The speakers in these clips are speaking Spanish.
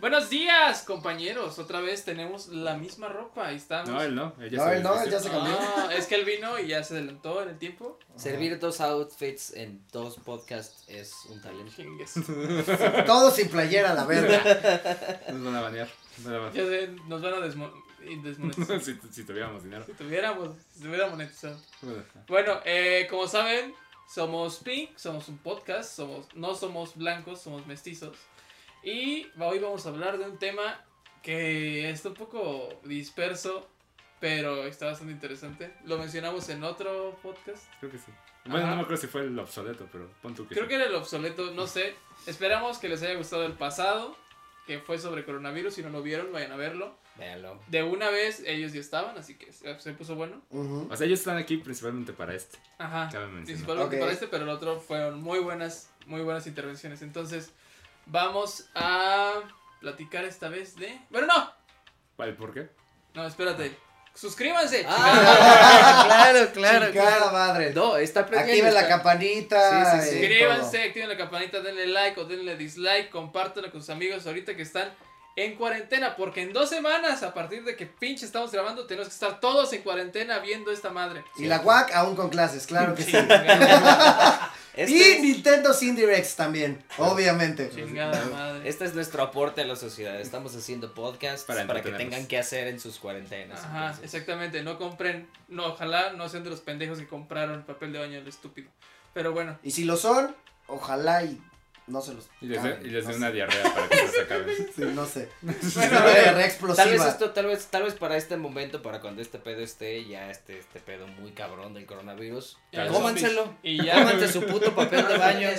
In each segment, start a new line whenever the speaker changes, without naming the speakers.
Buenos días, compañeros. Otra vez tenemos la misma ropa y estamos.
No, él no.
No, él no, él ya
ya
se cambió.
Ah, es que él vino y ya se adelantó en el tiempo.
Servir dos outfits en dos podcasts es un talento.
Chingues.
Todos sin playera, la verga.
Nos van a banear. nos van a banear.
Ya sé, nos van a desmo- y desmonetizar.
si, si tuviéramos dinero.
Si tuviéramos, si tuviera monetizado.
Bueno,
Bueno, eh, como saben, somos Pink, somos un podcast, somos, no somos blancos, somos mestizos. Y hoy vamos a hablar de un tema que está un poco disperso, pero está bastante interesante. Lo mencionamos en otro podcast.
Creo que sí. Bueno,
Ajá.
no me acuerdo si fue el obsoleto, pero pon tú que
Creo
sí.
que era el obsoleto, no sé. Esperamos que les haya gustado el pasado, que fue sobre coronavirus. Si no lo vieron, vayan a verlo.
Véanlo.
De una vez ellos ya estaban, así que se se puso bueno.
Ujú.
O sea, ellos están aquí principalmente para este.
Ajá.
Cabe mencionar.
Disculpen
Ok.
por este, pero el otro fueron muy buenas, muy buenas intervenciones. Entonces, vamos a platicar esta vez de. Bueno, no,
¿Vale? ¿Por qué?
no, espérate. Suscríbanse.
Ah, claro, claro,
Chingada
claro.
madre.
No, está aprendiendo.
Activen la
está-
campanita.
Sí, sí, sí.
eh,
Suscríbanse, activen la campanita, denle like o denle dislike, compártanlo con sus amigos ahorita que están en cuarentena, porque en dos semanas, a partir de que pinche estamos grabando, tenemos que estar todos en cuarentena viendo esta madre.
todo. Y la guac aún con clases, claro que sí.
Este
y
es-
Nintendo Indirects también, obviamente.
Chingada madre.
Este es nuestro aporte a la sociedad. Estamos haciendo podcasts
Para
para, que
entretenernos.
tengan que hacer en sus cuarentenas.
Ajá,
entonces.
exactamente, no compren, no, ojalá no sean de los pendejos que compraron papel de baño al estúpido. Pero bueno,
Y si lo son, ojalá y no se los.
Y les dé
cambien,
y les dé
no
una diarrea para que se acaben.
sé. Sí, no sé.
Bueno,
Una
a ver,
diarrea
Tal vez
explosiva.
esto, tal vez, tal vez para este momento, para cuando este pedo esté, ya este, este pedo muy cabrón del coronavirus.
Ya,
Cómanselo.
y ya.
Cómanse su puto papel de baño. A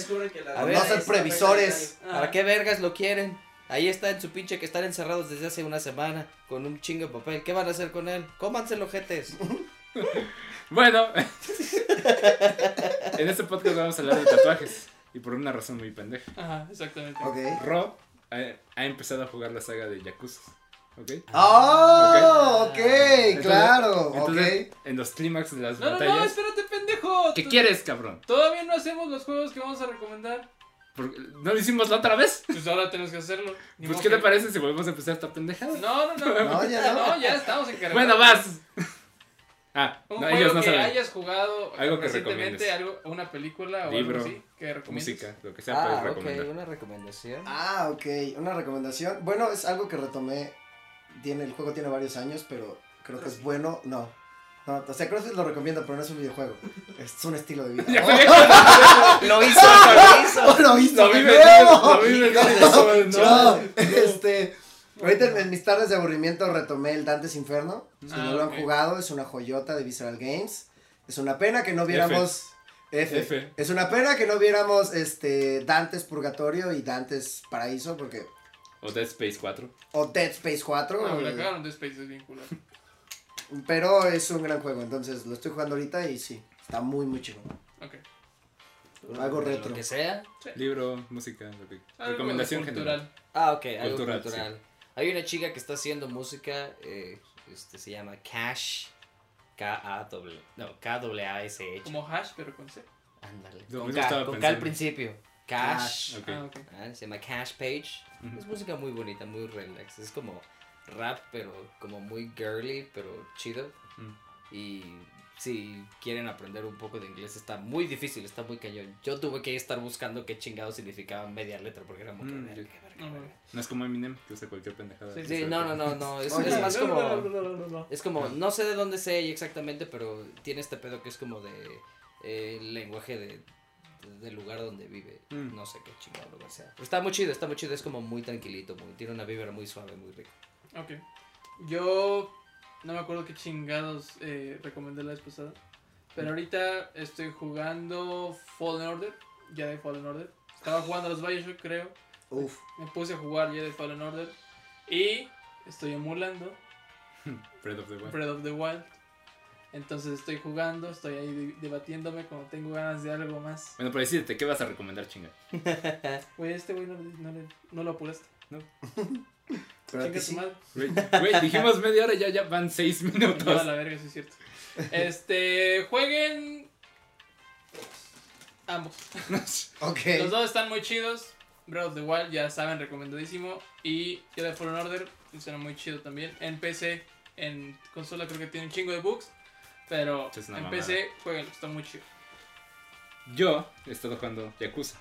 ver,
no ser previsores.
Ah.
¿Para qué vergas lo quieren? Ahí está en su pinche que están encerrados desde hace una semana con un chingo de papel. ¿Qué van a hacer con él? Cómanselo, jetes.
Bueno, en este podcast vamos a hablar de tatuajes. Y por una razón muy pendeja.
Ajá, exactamente.
Ok.
Ro ha, ha empezado a jugar la saga de Yakuza. ¿Ok?
Oh, ok,
Entonces-
claro.
Entonces,
ok.
en los clímax de las
No, no, no,
batallas.
espérate, pendejo.
¿Qué
Tú-
quieres, cabrón?
Todavía no hacemos los juegos que vamos a recomendar.
¿Por- ¿No lo hicimos la otra vez?
Pues ahora tenemos que hacerlo. Ni
Pues,
modo
¿qué te
que-
parece si volvemos a empezar esta pendejada?
No, no, no.
No, ya no.
ya estamos en carrera.
Bueno, vas. Ah,
Un
no,
juego
ellos no
que
saben.
hayas jugado
Algo que
recientemente,
recomiendes.
algo, una película o
Libro,
algo así que recomiendes.
Música, lo que sea,
Ah,
puedes
ok,
recomendar.
una recomendación.
Ah, ok. Una recomendación. Bueno, es algo que retomé. Tiene, el juego tiene varios años, pero creo que es bueno. No. No, o sea, creo que lo recomiendo, pero no es un videojuego. Es un estilo de vida.
Oh.
Ya sabía
Lo hizo, lo hizo.
¡Oh, lo
que
hizo!
lo
de
vive,
nuevo!
lo vive, lo vive,
No,
no.
este. Ahorita en- en mis tardes de aburrimiento retomé el Dantes Inferno. Si
Ah,
no lo han
ok.
jugado, es una joyota de Visceral Games. Es una pena que no viéramos. F.
F.
Es una pena que no viéramos este Dantes Purgatorio y Dantes Paraíso, porque.
O Dead Space 4.
O Dead Space 4.
No,
eh,
Ah, la cagaron de Space es bien culero.
pero es un gran juego, entonces lo estoy jugando ahorita y sí. Está muy, muy chido.
Ok.
Algo
De
retro.
Lo que sea.
Libro, música, lo que.
Algo
recomendación general.
cultural.
Ah, ok, algo
Cultural,
cultural. Hay una chica que está haciendo música, eh, este, se llama Cash. K-A-W. No, K-A-S-H.
Como hash, pero con C.
Ándale.
Lo
Con,
mismo
K,
estaba
con K al
pensando.
principio. Cash.
Ok.
Ah, ok.
Ah, se llama Cash Page.
Ujú.
Es música muy bonita, muy relax. Es como rap, pero como muy girly, pero chido.
Mm.
Y si quieren aprender un poco de inglés, está muy difícil, está muy cañón. Yo tuve que estar buscando qué chingado significaba media letra porque era muy.
Mm,
verga,
yo-
qué verga, qué
Ujú.
verga.
No es como Eminem, que usa cualquier pendejada.
Sí,
Sí, no, no, no, no. Es,
Oye.
es más
No,
como.
no, no, no, no.
Es como, no sé de dónde sé exactamente, pero tiene este pedo que es como de. eh, el lenguaje de, de- del lugar donde vive.
Mm.
No sé qué chingado lugar sea. Pero está muy chido, está muy chido. Es como muy tranquilito, muy, tiene una vibra muy suave, muy rica.
Ok. Yo no me acuerdo qué chingados eh, recomendé la vez pasada. Pero ahorita estoy jugando Fallen Order. Ya de Fallen Order. Estaba jugando los Bioshock, creo.
Uf.
Me puse a jugar ya de Fallen Order. Y estoy emulando
Breath of the Wild.
Breath of the Wild. Entonces estoy jugando, estoy ahí de- debatiéndome cuando tengo ganas de algo más.
Bueno, pero decídete, ¿qué vas a recomendar, chinga?
Güey, este güey no, le- no, le- no lo apuraste.
Pero a
Chinga
ti
tu
sí.
madre.
Güey, güey, dijimos media hora, ya, ya van seis
No,
minutos.
la verga, sí es cierto. Este, jueguen ambos.
Ok.
Los dos están muy chidos. Breath of the Wild, ya saben, recomendadísimo. Y Jedi Fallen Order funciona muy chido también. En PC, en consola creo que tiene un chingo de bugs. Pero
Es una
en
mamada.
PC, jueguenlo, está muy chido.
Yo he estado jugando Yakuza.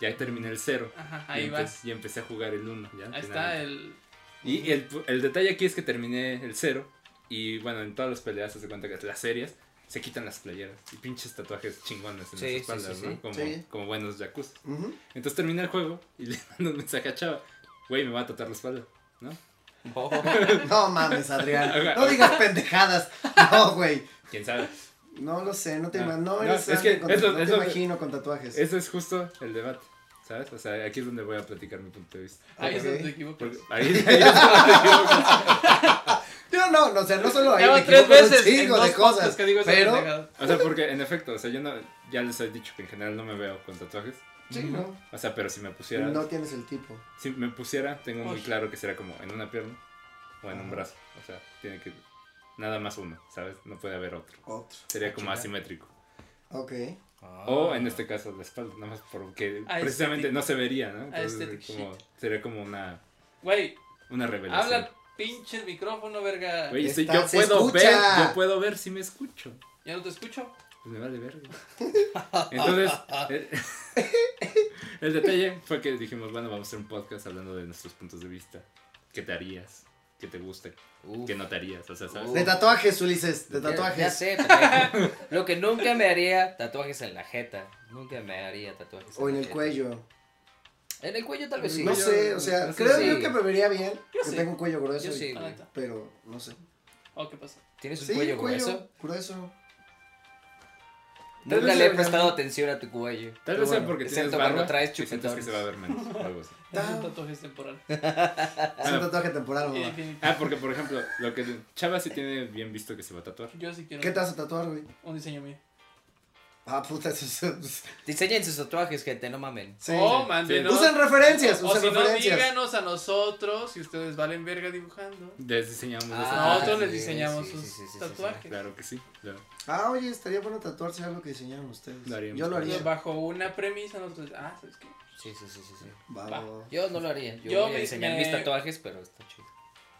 Ya terminé el 0.
Ajá, ahí
y empe-
vas.
Y empecé a jugar el 1.
Ahí está eh. el.
Y el, el detalle aquí es que terminé el 0. Y bueno, en todas las peleas se cuenta que las series se quitan las playeras. Y pinches tatuajes chingones en
Sí,
las
sí,
espaldas,
sí, sí.
¿no? Como,
Sí.
como buenos Yakuza.
Ujú.
Entonces terminé el juego y le mando un mensaje a Chava. Güey, me va a tatuar la espalda. ¿No? Oh.
No mames, Adrián. No digas pendejadas. No, güey.
¿Quién sabe?
No lo sé, no te, ima-
No,
no eres
es
alguien
que
con
es lo-
tatu- no
es
te
lo-
imagino con tatuajes.
Eso es justo el debate. ¿Sabes? O sea, aquí es donde voy a platicar mi punto de vista.
Ahí es
Ah, Ok.
donde te
Porque
equivocas.
ahí, ahí es donde te equivocas.
Yo no, no, o sea, no solo ahí.
Ya
me
van tres
equivoco en un
veces en
chingo
dos
de cosas.
podcasts que digo esa
pero,
pendejada.
O sea, porque en efecto, o sea, yo no, ya les he dicho que en general no me veo con tatuajes.
sí, no.
O sea, pero si me pusiera,
No tienes el tipo.
si me pusiera, tengo muy
Uy.
claro que será como en una pierna o en un
Ajá.
brazo. O sea, tiene que, nada más uno, ¿sabes? No puede haber otro.
Otro.
Ah,
Sería como
Chinga.
asimétrico.
Ok.
Ah,
O en este caso la espalda, nada más porque
Ah, estético.
precisamente
Ah,
no se vería, ¿no? Entonces,
estético
como, sería como una,
Güey,
una revelación.
habla pinche micrófono, verga.
Güey, sí,
Está-
yo
se
puedo ver,
escucha.
yo puedo ver si me escucho.
Ya no te escucho.
Pues me vale verga. Entonces, el, el detalle fue que dijimos, bueno, vamos a hacer un podcast hablando de nuestros puntos de vista. ¿Qué te harías? ¿Qué te gusta? ¿Qué no te harías? O sea, ¿sabes?
De tatuajes, Ulises. De
Ya,
tatuajes.
sé, pendejo. Lo que nunca me haría tatuajes en la jeta. Nunca me haría tatuajes.
O en
la
el
jeta.
cuello.
En el cuello tal vez sí.
No
Yo-
sé, o sea,
yo sí,
creo
sí.
yo que me vería bien.
Yo
que
sí.
tengo un cuello grueso.
Yo
y-
sí, güey.
neta.
Pero, no sé.
Oh, ¿qué pasa?
¿Tienes un
Sí,
cuello grueso?
grueso.
Nunca
Tal
le he
vez-
prestado atención a tu cuello.
Tal vez sea
Bueno,
porque tienes
excepto cuando
barba
traes
y sientes que
chupetones.
se va a ver menos o algo así.
Es
Ah.
un tatuaje temporal.
Es un tatuaje temporal,
Y
mamá.
definit-
Ah, porque por ejemplo, lo que Chava sí tiene bien visto que se va a tatuar.
Yo sí quiero
¿Qué te vas a tatuar, güey?
un diseño mío.
Ah, puta, eso es...
Diseñen sus tatuajes, gente, no mamen.
Sí.
O mándenos.
Usen referencias,
o
usen
si no,
referencias.
díganos a nosotros si ustedes valen verga dibujando.
Les diseñamos los
Ah,
tatuajes.
nosotros les
sí,
diseñamos
sí,
sus
sí, sí, sí, sí,
tatuajes.
Claro que sí. claro.
Ah, oye, estaría bueno tatuarse algo que diseñaron ustedes.
Lo haríamos.
Yo lo haría.
Bajo una premisa, nosotros. Ah, ¿sabes qué?
Sí, sí, sí, sí. sí.
Va,
Va.
va, va.
Yo no lo haría. Yo,
Yo
voy a
me-
diseñar
me-
mis tatuajes, pero está chido.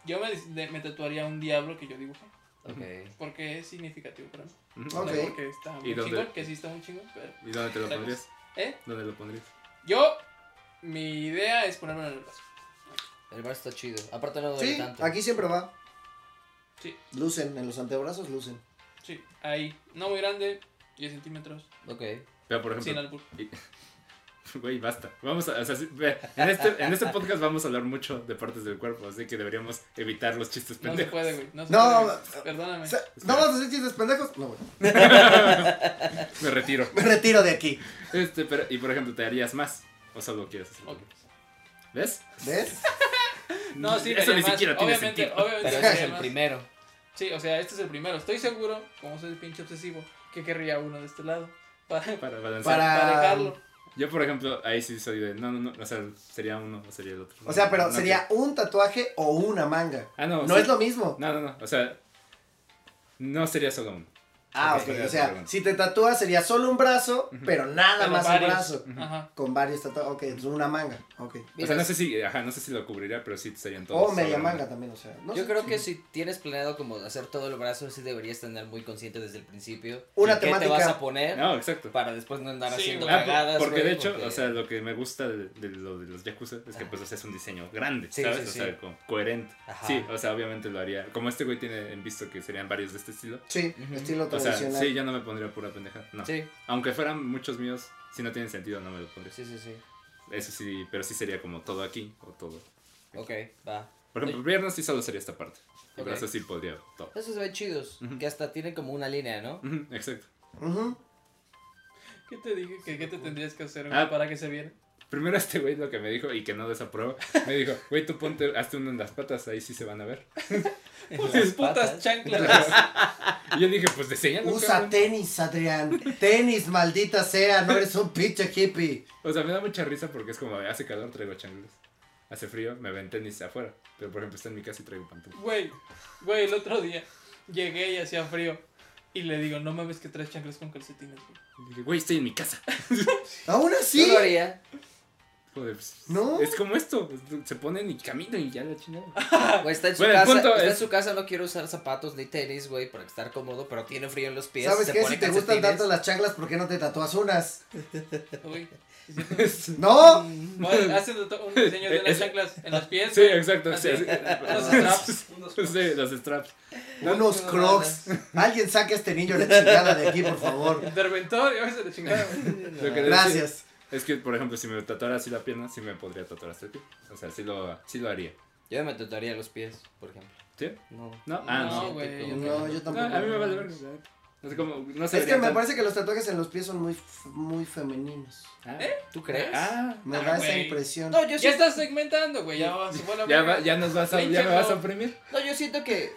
Yo me, dis- de- me tatuaría un diablo que yo dibujé.
Ok.
Porque es significativo para mí.
Ujú.
No
Ok.
porque está muy
¿Y dónde?
chingón, que sí está muy chingón, pero.
¿Y dónde te lo pondrías?
¿Eh?
¿Dónde lo pondrías?
Yo, mi idea es ponerme en el brazo.
El bar está chido. Aparte no duele
Sí,
tanto.
aquí siempre va.
Sí.
Lucen, en los antebrazos lucen.
Sí, ahí. No muy grande, 10 centímetros.
Ok.
Pero por
Sin
ejemplo,
albur.
Güey, basta. Vamos a, o sea, sí, ve, en, este, en este podcast vamos a hablar mucho de partes del cuerpo, así que deberíamos evitar los chistes
No se
pendejos.
puede, güey. No se
No,
puede.
va-
güey. Perdóname.
O sea, ¿No vas a hacer chistes pendejos? No, güey.
Me retiro.
Me retiro de aquí.
Este, pero, y por ejemplo, ¿te harías más? O solo quieres hacer.
Ok.
¿Ves?
¿Ves?
No, sí,
Eso ni
además,
siquiera tiene
obviamente,
sentido.
obviamente.
Pero ese es el
además-
primero.
Sí, o sea, este es el primero. Estoy seguro, como soy pinche obsesivo, que querría uno de este lado. Para,
Para balancear.
Para-
para dejarlo.
Yo, por ejemplo, ahí sí soy de. No, no, no. O sea, sería uno o sería el otro.
O sea, pero
No,
sería un tatuaje o una manga.
que- Ah, no.
No
sí.
es lo mismo.
No, no, no. O sea, no sería solo uno.
Ah,
Ok,
ok.
ya,
O sea,
perdón.
si te tatúas sería solo un brazo, pero nada
Pero
más
varios.
un brazo.
Ajá.
Con varios tatuajes. Ok, es una manga. Ok.
O
Mira,
sea, no sé si. Ajá, no sé si lo cubriría, pero sí serían todos.
O Oh, media
sobre uno.
manga también, o sea. no
Yo
sé,
creo
sí.
que si tienes planeado como hacer todo el brazo, sí deberías tener muy consciente desde el principio.
Una
en ¿Qué te
temática.
vas a poner?
No, exacto.
Para después no andar
Sí,
haciendo
güey.
Ah, por-
cagadas.
porque
güey,
de hecho,
porque-
o sea, lo que me gusta de, de lo de los Yakuza es que
Ajá.
pues o sea, es un diseño grande,
Sí,
¿sabes?
sí,
o
sí.
sea, como coherente.
Ajá.
Sí, o sea, obviamente lo haría. Como este güey tiene en visto que serían varios de este estilo.
Sí,
Ujú.
estilo
O sea,
tradicional.
sí, yo no me pondría pura pendeja. No.
Sí,
Aunque fueran muchos míos, si no tienen sentido, no me lo pondría.
sí, sí, sí.
Eso sí, pero sí sería como todo aquí o todo.
Ok, va.
Por ejemplo, piernas sí solo sería esta parte. Y
Ok.
brazos sí podría todo.
Esos se ven chidos,
Ujú.
que hasta tienen como una línea, ¿no?
Ujú, Exacto.
Ujú.
¿Qué te dije? ¿Qué, qué te tendrías que hacer
Ah.
para que se viera?
Primero este güey lo que me dijo y que no desaprueba, me dijo, güey, tú ponte, hazte uno en las patas, ahí sí se van a ver.
Por
Pues,
las
sus putas
patas.
chanclas.
Y yo dije, pues diseñalo.
Usa
cabrón".
tenis, Adrián. Tenis, maldita sea. No eres un pinche hippie.
O sea, me da mucha risa porque es como, hace calor, traigo chanclas. Hace frío, me ven tenis afuera. Pero, por ejemplo, está en mi casa y traigo pantuflas.
Güey, güey, el otro día llegué y hacía frío. Y le digo, no mames que traes chanclas con calcetines, güey.
Y dije, güey, estoy en mi casa.
Aún
Yo
así.
lo haría.
como de. pues,
No.
Es como esto. pues, Se ponen y caminan y ya la chingada.
Güey, está en su
Bueno, el
casa,
punto
está en
es-
su casa, no quiere usar zapatos ni tenis, güey, para estar cómodo, pero tiene frío en los pies.
¿Sabes
se
qué?
pone
Si te gustan
calcetines.
tanto las chanclas, ¿por qué no te tatúas unas?
Uy.
¡No!
Bueno, hacen un un diseño de las
Ese-
chanclas en los pies.
Eh, Sí,
güey.
exacto. sí,
Así.
así.
straps,
unos
Sí, los straps.
Unos crocs. Alguien saque a este niño la chingada de aquí, por favor.
Interventor, ya ves, la chingada. güey.
Lo que decía
Gracias.
Es que, por ejemplo, si me tatuara así la pierna, sí me podría tatuar hasta el pie. O sea, sí lo, sí lo haría.
Yo me tatuaría los pies, por ejemplo.
¿Sí?
No.
¿No? Ah,
No,
no.
güey,
como
No,
que
yo
No, a mí
tampoco.
me vale verga. No sé cómo. No
Es que
sabría
me
tanto.
parece que los tatuajes en los pies son muy, f- muy femeninos.
Ah.
¿Tú crees?
Ah.
Me
Ah,
da esa
güey.
impresión.
No, yo
Ya
siento,
estás segmentando, güey. Ya va, se fue la
Ya,
verga.
va- ya nos vas a,
Pinche
ya me vas a
Rob.
oprimir.
no, yo siento que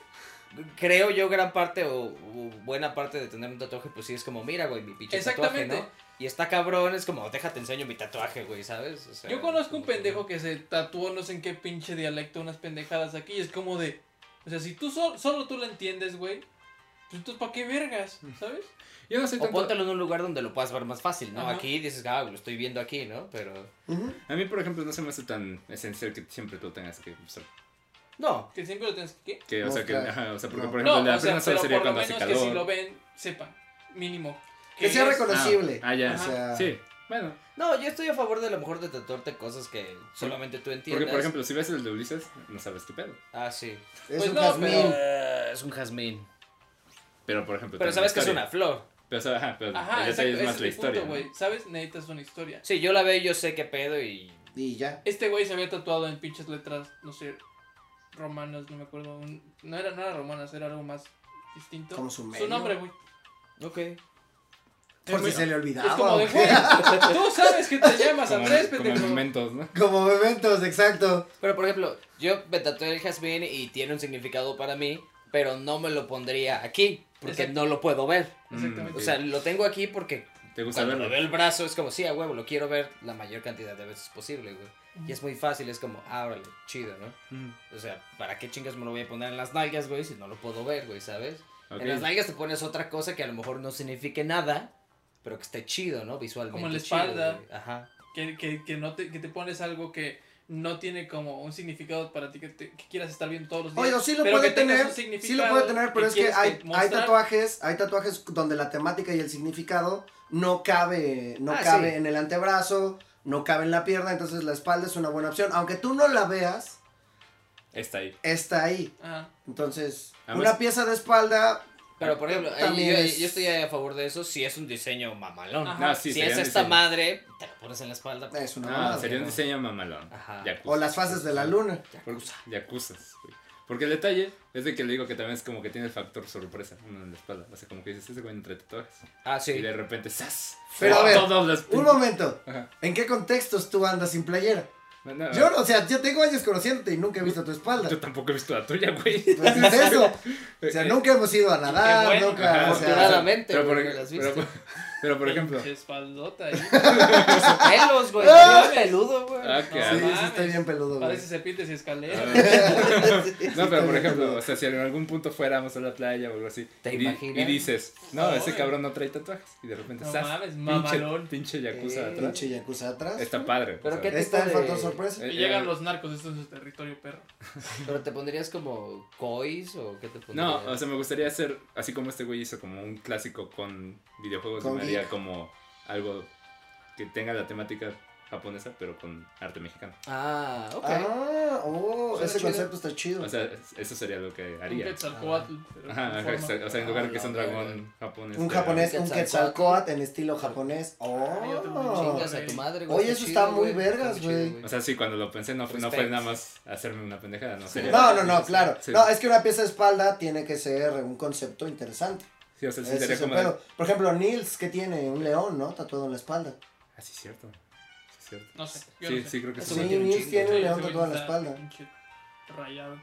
creo yo gran parte o, o buena parte de tener un tatuaje, pues sí es como, mira, güey, mi pinche tatuaje,
Exactamente.
¿no? Y está cabrón, es como, déjate enseño mi tatuaje, güey, ¿sabes? O sea,
Yo conozco un
como que-
pendejo que se tatuó no sé en qué pinche dialecto, unas pendejadas aquí. Y es como de. O sea, si tú sol- solo tú lo entiendes, güey. Pues entonces, ¿para qué vergas?
Mm.
¿Sabes?
Yo no soy
O
tanto.
póntelo en un lugar donde lo puedas ver más fácil, ¿no?
Ajá.
Aquí dices, ah, lo estoy viendo aquí, ¿no? Pero.
Ujú.
A mí, por ejemplo, no se me hace tan esencial que siempre tú tengas que usar.
No.
Que siempre lo tienes que. ¿qué?
Que, o
No,
sea, que,
claro.
ajá, o sea, porque,
No.
por ejemplo,
No,
la
o sea,
pierna solo
pero
sería
por lo
cuando hace
menos
calor.
que si lo ven, sepan. Mínimo.
Que sea
es-
reconocible.
Ah, ah, ya.
Ajá.
o sea, Sí, bueno.
No, yo estoy a favor de a lo mejor de tatuarte cosas que solamente tú
Porque,
entiendes.
por ejemplo, si ves el de Ulises, no sabes tu pedo.
Ah, sí.
Es
Pues
un
no,
jazmín.
pero-
Eh, es un jazmín.
Pero, por ejemplo.
Pero
también
sabes
la
que es
historia.
una flor.
Pero, o sea, ajá, pero
Ajá,
el
exacto.
detalle es
Ese
más
es
la
mi
historia.
punto,
¿no?
güey. ¿Sabes? Necesitas una historia.
Sí, yo la veo y yo sé qué pedo y.
Y ya.
Este güey se había tatuado en pinches letras, no sé, romanas, no me acuerdo. un- no, era, no era romanas, era algo más distinto.
Como su
Su
medio.
nombre, güey.
Ok.
Por si
Bueno,
se le
Es como
olvidaba.
de,
o
güey,
qué.
tú sabes que te llamas
Como,
Andrés,
como
pendejo.
momentos, ¿no?
Como momentos, exacto.
Pero por ejemplo, yo me tatué el jazmín y tiene un significado para mí, pero no me lo pondría aquí porque
Exacto.
no lo puedo ver.
Exactamente.
O sea, lo tengo aquí porque
Mm. ¿Te gusta
cuando
verlo?
me veo el brazo es como, sí, a huevo, lo quiero ver la mayor cantidad de veces posible, güey.
Ujú.
Y es muy fácil, es como, ah, órale, chido, ¿no?
Mm,
O sea, ¿para qué chingas me lo voy a poner en las nalgas, güey, si no lo puedo ver, güey, ¿sabes?
ok.
En las nalgas te pones otra cosa que a lo mejor no signifique nada, pero que esté chido, ¿no? Visualmente.
Como en la
chido,
espalda.
güey. Ajá.
Que, que, que no te, que te pones algo que no tiene como un significado para ti que, te- que quieras estar bien todos los días.
Oye, o sí lo
pero
puede
que tengas
tener,
un
sí lo
significado
puede tener, pero es que
quieres
hay, hay
mostrar.
tatuajes, hay tatuajes donde la temática y el significado no cabe, no
Ah,
cabe
sí.
en el antebrazo, no cabe en la pierna, entonces la espalda es una buena opción, aunque tú no la veas,
Está ahí.
está ahí.
Ajá.
Entonces,
Además-
una pieza de espalda,
Pero por ejemplo, ahí
También
yo,
es-
yo estoy a favor de eso si es un diseño mamalón.
Ajá.
No, sí,
si
sería
es
un
esta
diseño.
madre, te la pones en la espalda.
es una
Ah,
mamada.
sería un
¿no?
diseño mamalón.
Ajá.
Yakuza.
O las fases de la
Este,
luna.
Porque- Yakuzas, güey. Porque el detalle es de que le digo que también es como que tiene el factor sorpresa uno en la espalda. O sea, como que dices, ese güey entre tatuajes.
Ah,
Y
sí.
de repente, ¡zas!
Pero a ver,
Todos los
Un momento,
Ajá.
¿en qué contextos tú andas sin playera?
No, no,
Yo, no- o sea, yo tengo años conociéndote y nunca he visto tu espalda.
yo tampoco he visto la tuya, güey.
Pues es eso. O sea, nunca hemos ido a nadar,
bueno,
nunca,
Ajá,
o sea,
afortunadamente,
pero, por,
güey, no las
pero-
viste.
pero por ejemplo,
Pinche espaldota ahí.
Pelos, güey.
Ah.
bien peludo, güey.
Ah, qué
No,
sí,
asco.
sí, estoy bien peludo, güey.
Parece serpientes y escaleras.
Ah, no, pero por ejemplo, o sea, si en algún punto fuéramos a la playa o algo así,
¿Te
y, di-
imaginas?
y dices, no,
No,
ese
güey.
cabrón no trae tatuajes, y de repente,
No
¡zas!
mames,
pinche,
mamalón.
pinche yakuza
Eh,
atrás,
Pinche yakuza atrás.
está padre.
Pero
o
qué
sea,
te-
Está el
de-
factor sorpresa.
eh,
Y llegan
eh,
los narcos, esto es su territorio, perro.
Pero te pondrías como cois o qué te pondrías.
No, o sea, me gustaría hacer, así como este güey hizo, como un clásico con videojuegos,
Con
me haría
geek.
como algo que tenga la temática japonesa, pero con arte mexicano.
Ah, ok.
Ah, oh,
Suena
ese
chido.
concepto está chido.
O sea, es- eso sería lo que
Un
haría.
Quetzalcóatl. pero
Ah.
con
Ajá, ajá,
forma.
exacto. o sea, en lugar de que sea un
Ah, la
dragón japonés.
un
pero-
japonés,
un
un
quetzalcóatl.
quetzalcoatl en estilo japonés.
yo también
Oh.
chingas.
Chingas a tu madre, güey.
Oye,
está
eso está muy
güey,
vergas,
está muy chido,
güey.
O sea, sí, cuando lo pensé no fue, no fue
Respect.
nada más hacerme una pendejada, no sé.
No, no, no, claro.
Sí.
No, es que una pieza de espalda tiene que ser un concepto interesante.
Sí, o sea, sí
Ese
sería
es el
como de-
pedo. Por ejemplo, Nils, que tiene un león, ¿no? Tatuado en la espalda.
Ah, sí, cierto. Sí, cierto.
No sé. yo
Sí,
no sé.
sí, creo que
Ese
sí.
güey
Sí,
tiene un
Nils
chingo.
tiene
Sí,
un
ese
león
güey
tatuado en la
está
espalda.
pinche Rayado.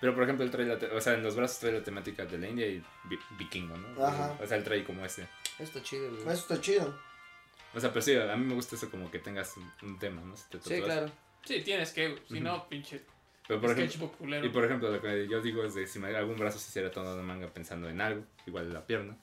Pero por ejemplo, él trae la, te- o sea, en los brazos trae la temática de la India y vi- vikingo, ¿no?
Ajá.
O sea, él trae como ese.
Eso está chido, güey.
Eso está chido.
O sea, pero sí, a mí me gusta eso como que tengas un, un tema, ¿no? Si te
Sí,
tatúas.
claro.
Sí, tienes que, güey. Si
Ujú.
no, pinche
Pero por ejemplo,
sketchbook culero.
y por ejemplo, lo que yo digo es de si me hago un brazo si sería tono de manga pensando en algo, igual en la pierna.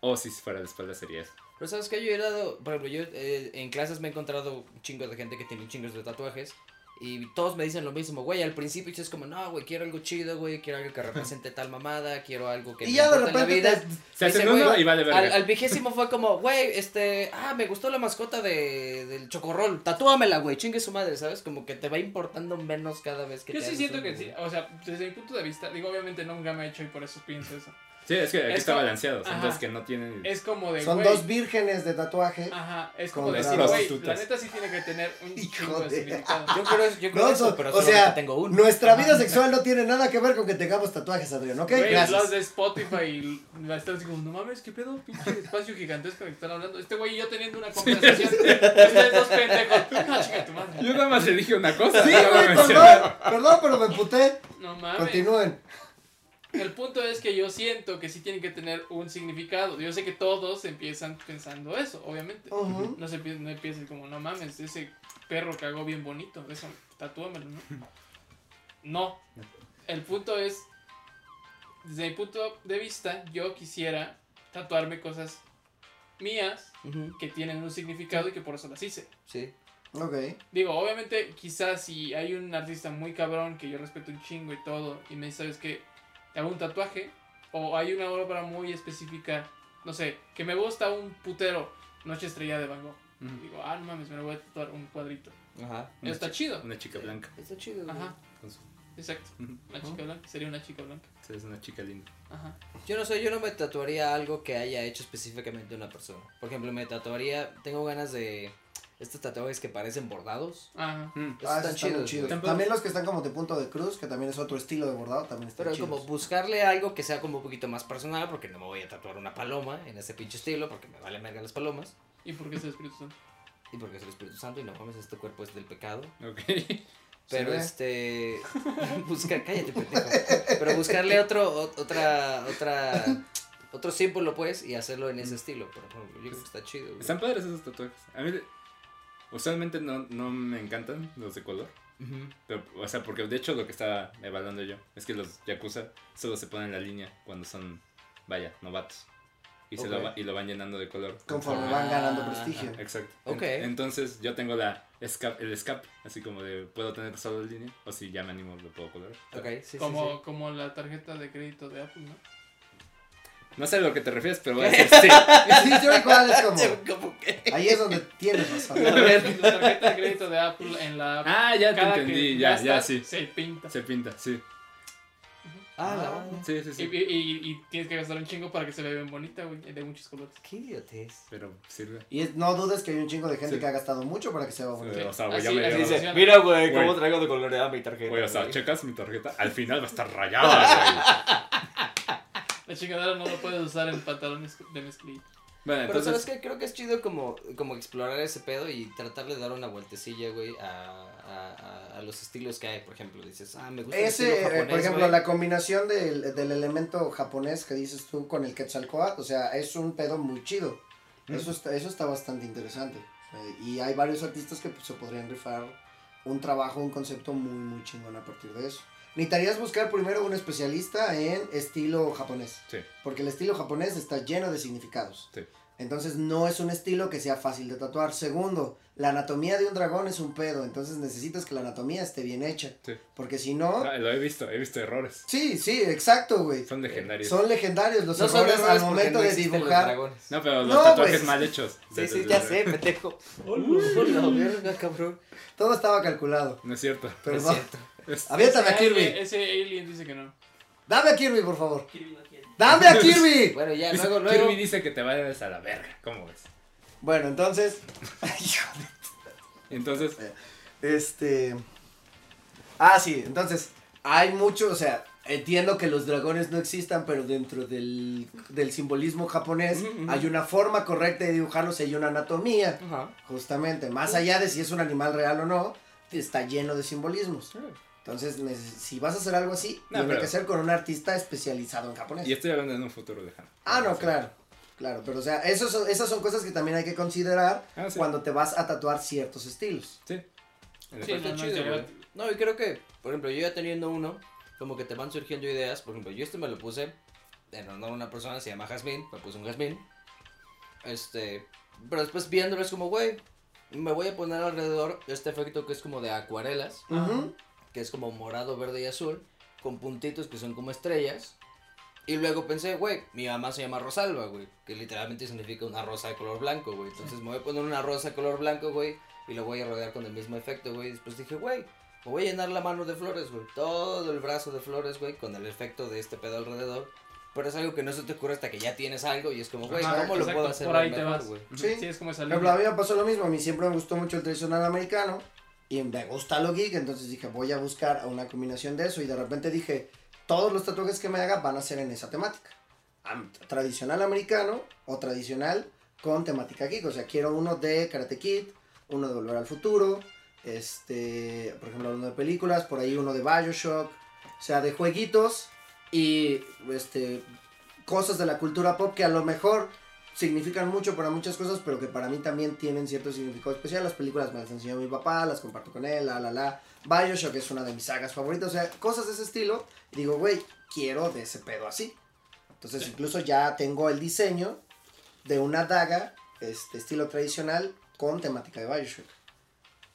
O si fuera de espalda sería eso.
Pero sabes que yo he dado, por ejemplo, yo eh, en clases me he encontrado un chingo de gente que tiene chingos de tatuajes y todos me dicen lo mismo, güey, al principio es como, no, güey, quiero algo chido, güey, quiero algo que represente tal mamada, quiero algo que
Y
me
ya de
importe en la
repente
vida.
te-
Se hacen
Dice,
uno
güey,
y vale
Al,
verga.
al vigésimo fue como, güey, este, ah, me gustó la mascota de, del chocorrol, tatúamela, güey, chingue su madre, ¿sabes? Como que te va importando menos cada vez que
Yo
te
sí
haces
siento
uno,
que sí,
güey.
o sea, desde mi punto de vista, digo, obviamente nunca me he hecho y por eso pienso eso.
Sí, es que aquí
es
está
como-
balanceado. Son
ajá.
dos que no tienen.
Es como
pues,
de,
Son
güey,
dos vírgenes de tatuaje.
Ah,
ajá, es
con
como
las
decir, güey, la
prostitutas.
neta sí tiene que tener un
Hijo
chingo de
de-
significado.
Yo creo, yo creo
No,
eso,
son-
pero
o
solamente
sea,
tengo uno.
nuestra vida sexual no tiene nada que ver con que tengamos tatuajes, Adrián, ¿ok?
Güey, los
Gracias.
de Spotify y la están así como, no mames, qué pedo, pinche espacio gigantesco que están hablando. Este güey y yo teniendo una conversación. Ustedes dos pendejos. No, chica tu madre.
Yo nada más le dije una cosa.
Sí,
no la voy a
güey,
mencionar.
perdón, perdón, pero me emputé.
No mames.
Continúen.
El punto es que yo siento que sí tienen que tener un significado. Yo sé que todos empiezan pensando eso, obviamente.
Ujú.
No se pi- no empiecen como, no mames, ese perro cagó bien bonito. Eso, tatúamelo, ¿no? No. El punto es, desde mi punto de vista, yo quisiera tatuarme cosas mías
Ujú,
que tienen un significado y que por eso las hice.
sí.
Ok.
Digo, obviamente, quizás si hay un artista muy cabrón que yo respeto un chingo y todo, y me dice, ¿sabes qué? Te hago un tatuaje, o hay una obra muy específica, no sé, que me gusta un putero, Noche Estrella de Van Gogh.
Ujú.
Digo, ah, no mames, me lo voy a tatuar un cuadrito.
Ajá.
Una
Está
chi-
chido.
Una chica blanca.
Está chido, güey.
Ajá,
con su-
exacto.
Ujú.
Una chica blanca, sería una chica blanca.
Sí, Es una chica linda.
Ajá.
Yo no sé, yo no me tatuaría algo que haya hecho específicamente una persona. Por ejemplo, me tatuaría, tengo ganas de estos tatuajes que parecen bordados.
Ajá.
Mm.
Esos
Ah, esos
están
están muy
chidos.
chidos.
güey.
Tampoco-
También los que están como de punto de cruz, que también es otro estilo de bordado, también están
Pero
chidos.
como buscarle algo que sea como un poquito más personal, porque no me voy a tatuar una paloma en ese pinche estilo, porque me vale merga las palomas.
¿Y por qué es el Espíritu Santo?
Y porque es el Espíritu Santo y no mames, este cuerpo es del pecado.
Ok.
Se
Pero
ve.
este. Buscar, cállate, pendejo. Pero buscarle otro, o- otra, otra. Otro símbolo, pues, y hacerlo en ese estilo. Por ejemplo, yo creo que está chido. güey.
Están padres esos tatuajes. A mí de- usualmente no, no me encantan los de color.
Ujú.
Pero, o sea, porque de hecho lo que estaba evaluando yo es que los Yakuza solo se ponen la línea cuando son, vaya, novatos. Y, se lo,
Ok.
va- y lo van llenando de color.
Conforme
Ah,
van ganando
ajá.
prestigio.
Exacto.
Ok.
Ent- Entonces yo tengo la esca- el escape, así como de puedo tener solo la línea o si ya me animo lo puedo colorar.
Ok, sí, sí,
como,
sí.
como la tarjeta de crédito de Apple, ¿no?
No sé a lo que te refieres, pero voy a decir sí.
Ah.
Sí, yo igual es como.
Como que-
Ahí es donde tienes razón.
La tarjeta de crédito de Apple en la app.
Ah, ya
cada
te entendí,
que
ya,
gastas,
ya, sí.
Se pinta.
Se pinta, sí.
Ah, la
Ah,
madre.
Sí, sí,
Y,
sí.
y, y- y tienes que gastar un chingo para que se vea bien bonita, güey, de muchos colores.
Qué idiotez.
Pero sirve.
Y es- no dudes que hay un chingo de gente
Sí.
que ha gastado mucho para que sea bonito.
Sí. O sea, güey, ya
Así-
me
así
dio-
funciona.
güey,
cómo Güey.
traigo de coloreada mi tarjeta.
Güey, o sea, checas mi tarjeta, al final va a estar rayada, güey.
La chingadera no la puedes usar en pantalones de mezclilla.
Bueno,
Pero sabes
entonces.
que creo que es chido como, como explorar ese pedo y tratar de dar una vueltecilla, güey, a, a- a- a los estilos que hay. Por ejemplo, dices, ah, me gusta el
Ese,
estilo
eh,
japonés,
por ejemplo,
güey.
la combinación del, del elemento japonés que dices tú con el Quetzalcoatl, o sea, es un pedo muy chido.
Mm.
Eso, está, eso está bastante interesante. Eh, y hay varios artistas que pues, se podrían rifar un trabajo, un concepto muy, muy chingón a partir de eso. Necesitarías buscar primero un especialista en estilo japonés,
Sí.
porque el estilo japonés está lleno de significados.
Sí.
Entonces no es un estilo que sea fácil de tatuar. Segundo, la anatomía de un dragón es un pedo, entonces necesitas que la anatomía esté bien hecha.
Sí.
Porque si no...
Ah, Lo he visto, he visto errores.
Sí, sí, exacto, güey.
Son legendarios.
Son legendarios los
No son
errores al
errores porque
momento
no
de
existen los
dibujar.
dragones.
No, pero los
No,
tatuajes
güey.
mal hechos.
Sí, sí, ya sé, pendejo. Hola, verga, cabrón.
Todo estaba calculado.
No es cierto.
Pero
Es
va-
cierto. eh,
Es-
Aviéntame a
Ese alien-
Kirby.
Ese alien dice que no.
Dame a Kirby, por favor. ¡Dame a Kirby!
Bueno, ya,
dice-
Ah, luego, luego.
Kirby dice que te vayas a la verga. ¿Cómo ves?
Bueno, entonces. híjole,
Entonces,
este. Ah, sí, entonces. Hay mucho, o sea, entiendo que los dragones no existan, pero dentro del, del simbolismo japonés
Ujú, ujú.
hay una forma correcta de dibujarlos y hay una anatomía.
Ajá.
Justamente, más allá de si es un animal real o no, está lleno de simbolismos. Entonces, neces- si vas a hacer algo así,
No,
tiene
pero-
que ser con un artista especializado en japonés.
y estoy hablando en un futuro lejano.
Ah, no,
Sí.
claro. Claro, pero o sea, esos son- esas son cosas que también hay que considerar
Ah, sí.
cuando te vas a tatuar ciertos estilos.
Sí. En
Sí, no,
efecto.
no,
chido,
ya-
güey. No, y creo que, por ejemplo, yo ya teniendo uno, como que te van surgiendo ideas. Por ejemplo, yo este me lo puse en honor a una persona, se llama Jazmín, me puse un Jazmín. Este, pero después viéndolo es como, güey, me voy a poner alrededor este efecto que es como de acuarelas,
Ah.
Ujú.
que es como morado, verde y azul, con puntitos que son como estrellas. Y luego pensé, güey, mi mamá se llama Rosalba, güey, que literalmente significa una rosa de color blanco, güey. Entonces me voy a poner una rosa de color blanco, güey, y lo voy a rodear con el mismo efecto, güey. Después dije, güey, me voy a llenar la mano de flores, güey. Todo el brazo de flores, güey, con el efecto de este pedo alrededor. Pero es algo que no se te ocurre hasta que ya tienes algo y es como, güey,
Ajá,
¿cómo lo
Exacto,
puedo hacer
Por ahí te
mejor,
vas.
güey?
Ujú,
Sí.
Sí, es como esa
Pero a
línea.
mí me pasó lo mismo, a mí siempre me gustó mucho el tradicional americano y me gusta lo geek, entonces dije voy a buscar una combinación de eso y de repente dije todos los tatuajes que me haga van a ser en esa temática. Am- Tradicional americano o tradicional con temática geek, o sea, quiero uno de Karate Kid, uno de Volver al Futuro, este, por ejemplo, uno de películas, por ahí uno de Bioshock, o sea, de jueguitos y este, cosas de la cultura pop que a lo mejor significan mucho para muchas cosas, pero que para mí también tienen cierto significado especial. Las películas me las enseñó mi papá, las comparto con él, la, la, la. Bioshock es una de mis sagas favoritas, o sea, cosas de ese estilo. Y digo, güey, quiero de ese pedo así. Entonces, incluso ya tengo el diseño de una daga, este estilo tradicional, con temática de Bioshock.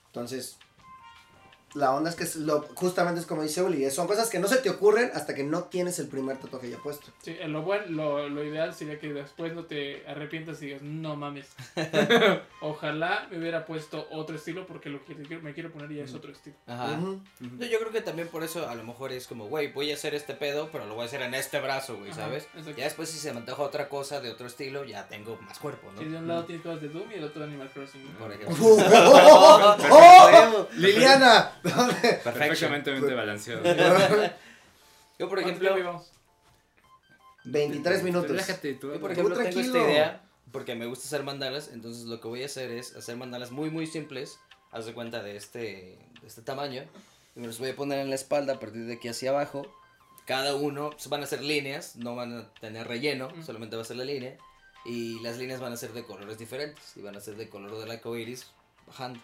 Entonces, la onda es que es lo, justamente es como dice Uli, son cosas que no se te ocurren hasta que no tienes el primer tatuaje ya puesto.
Sí, eh, lo, buen- lo, lo ideal sería que después no te arrepientas y digas, no mames. Ojalá me hubiera puesto otro estilo porque lo que te quiero- me quiero poner
Mm.
ya es otro estilo.
Ajá.
Ujú.
No, yo creo que también por eso a lo mejor es como, güey, voy a hacer este pedo, pero lo voy a hacer en este brazo, güey,
Ajá,
¿sabes?
exacto.
Ya después si se me antoja otra cosa de otro estilo, ya tengo más cuerpo, ¿no? Mm.
Sí, de un lado tienes cosas de Doom y del otro de Animal Crossing. ¿no?
Por
¡Oh,
ejemplo.
oh, oh, oh, oh! Liliana.
Perfectamente balanceado.
Yo,
¿Cuánto
por ejemplo,
tiempo llevamos?
23 minutos. Ah,
Relájate tú.
yo, por
Muy
ejemplo tengo esta
tranquilo.
idea, porque me gusta hacer mandalas, entonces lo que voy a hacer es hacer mandalas muy, muy simples, haz de cuenta de este, de este tamaño, y me los voy a poner en la espalda a partir de aquí hacia abajo. Cada uno pues, van a ser líneas, no van a tener relleno,
Ujú.
solamente va a ser la línea. Y las líneas van a ser de colores diferentes y van a ser de color del arco iris bajando.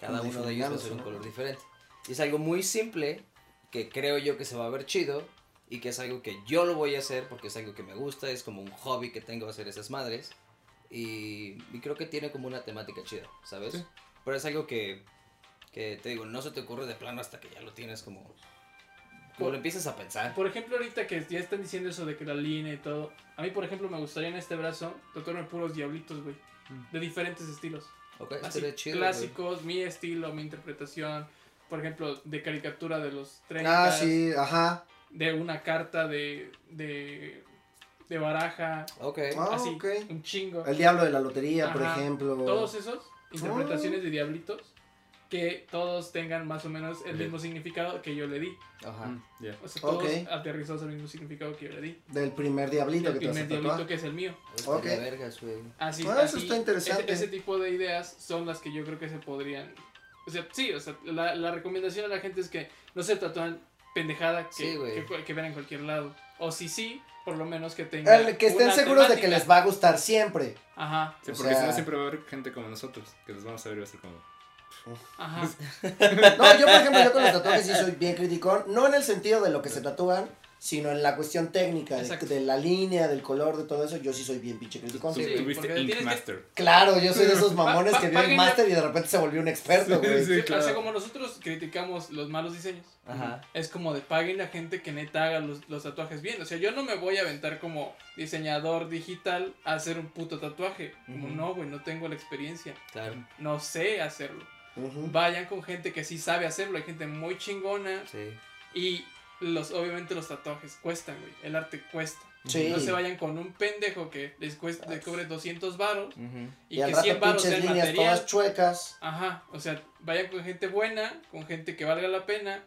Cada
Como
uno de ellos va a
difuminados,
ser un
¿no?
color diferente. Y es algo muy simple que creo yo que se va a ver chido y que es algo que yo lo voy a hacer porque es algo que me gusta, es como un hobby que tengo hacer esas madres. Y, y creo que tiene como una temática chida, ¿sabes?
Sí.
Pero es algo que, que te digo, no se te ocurre de plano hasta que ya lo tienes como... Como lo empiezas a pensar.
Por ejemplo, ahorita que ya están diciendo eso de que la línea y todo. A mí, por ejemplo, me gustaría en este brazo tatuarme puros diablitos, güey.
Mm.
De diferentes estilos.
Ok,
Así,
estaría chido. güey.
clásicos, mi estilo, mi interpretación. Por ejemplo, de caricatura de los 30.
Ah, sí, ajá.
De una carta de, de, de baraja.
Ok.
Ah,
así,
ok.
un chingo.
El diablo de la lotería, por
Ajá.
ejemplo.
Todos esos,
Ah.
interpretaciones de diablitos. Que todos tengan más o menos el
Bien.
mismo significado que yo le di.
Ajá.
Mm, ya.
O sea, todos
Ok.
aterrizados al mismo significado que yo le di.
Del primer
Y
diablito
el
que te vas
primer
a tatuar.
diablito que es el mío.
Ok.
Estaría vergas, güey.
Así,
Ah, eso
así,
está interesante.
Ese, ese tipo de ideas son las que yo creo que se podrían. O sea, sí, o sea, la, la recomendación a la gente es que no se tatúen pendejada que,
Sí, güey.
que, cu- que vean en cualquier lado. O si sí, por lo menos que tengan.
El que estén
una
seguros de
temática.
que les va a gustar siempre.
Ajá,
Sí,
O
porque
sea-
si no siempre va a haber gente como nosotros, que nos vamos a ver y va a ser como...
ajá.
No, yo por ejemplo, yo con los tatuajes sí soy bien criticón. No en el sentido de lo que se tatúan, sino en la cuestión técnica, de,
Exacto.
de la línea, del color, de todo eso. Yo sí soy bien pinche criticón.
Tú
Sí,
tuviste
porque
Ink
tienes que-
Master.
Claro, yo soy de esos mamones
Pa- pa-
que vio el
paguen la-
máster y de repente se volvió un experto, güey.
Sí,
Sí,
claro.
o sea, como nosotros criticamos los malos diseños,
Ajá.
es como de paguen la gente que neta haga los, los tatuajes bien. O sea, yo no me voy a aventar como diseñador digital a hacer un puto tatuaje. Como
Ujú.
no, güey, no tengo la experiencia.
Claro.
No sé hacerlo.
Ujú.
vayan con gente que sí sabe hacerlo, hay gente muy chingona
Sí.
y los obviamente los tatuajes cuestan, güey, el arte cuesta.
Sí.
No se vayan con un pendejo que les cuesta les cobre 200 varos
Ujú.
y,
Y al
que
rato
100 varos sea
pinches
el
líneas
material.
todas chuecas.
Ajá, o sea, vayan con gente buena, con gente que valga la pena.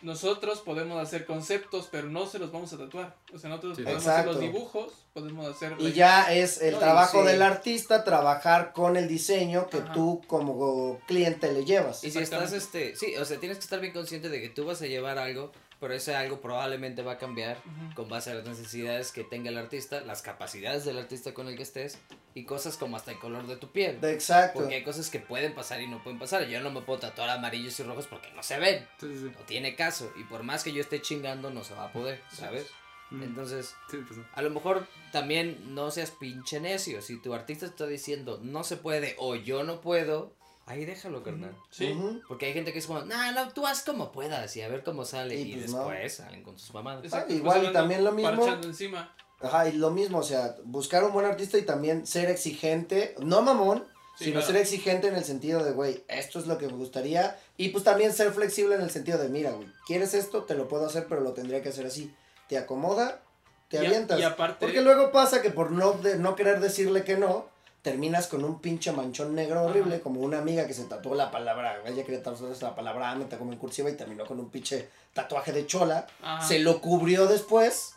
Nosotros podemos hacer conceptos, pero no se los vamos a tatuar. O sea, nosotros
Sí.
podemos
Exacto.
hacer los dibujos, podemos hacer
Y ya es el
No, y
trabajo
sí.
del artista trabajar con el diseño que
Ajá.
tú como cliente le llevas.
Y si estás,
Exactamente.
este, sí, o sea, tienes que estar bien consciente de que tú vas a llevar algo, pero ese algo probablemente va a cambiar
Ujú.
con base a las necesidades que tenga el artista, las capacidades del artista con el que estés y cosas como hasta el color de tu piel.
De- Exacto.
Porque hay cosas que pueden pasar y no pueden pasar. Yo no me puedo tatuar amarillos y rojos porque no se ven.
Sí, sí, sí.
No tiene caso. Y por más que yo esté chingando, no se va a poder, ¿sabes?
Mm.
Entonces,
Sí, pues no.
a lo mejor también no seas pinche necio. Si tu artista está diciendo no se puede o yo no puedo, ahí déjalo, carnal.
Sí.
Ujú.
Porque hay gente que es como, no, no, tú haz como puedas y a ver cómo sale.
Y
Y,
pues no.
después salen con sus mamadas.
Exacto,
igual,
pues,
y también lo mismo.
Parchando encima.
Ajá, y lo mismo, o sea, buscar un buen artista y también ser exigente, no mamón,
Sí,
sino
claro.
ser exigente en el sentido de, güey, esto es lo que me gustaría. Y pues también ser flexible en el sentido de, mira, güey, quieres esto, te lo puedo hacer, pero lo tendría que hacer así. Te acomoda, te
Y a-
avientas.
y aparte-
Porque luego pasa que por no, de- no querer decirle que no, terminas con un pinche manchón negro horrible,
Ajá.
como una amiga que se tatuó la palabra, ella quería tatuarse la palabra AMETA como en cursiva y terminó con un pinche tatuaje de chola.
Ajá.
Se lo cubrió después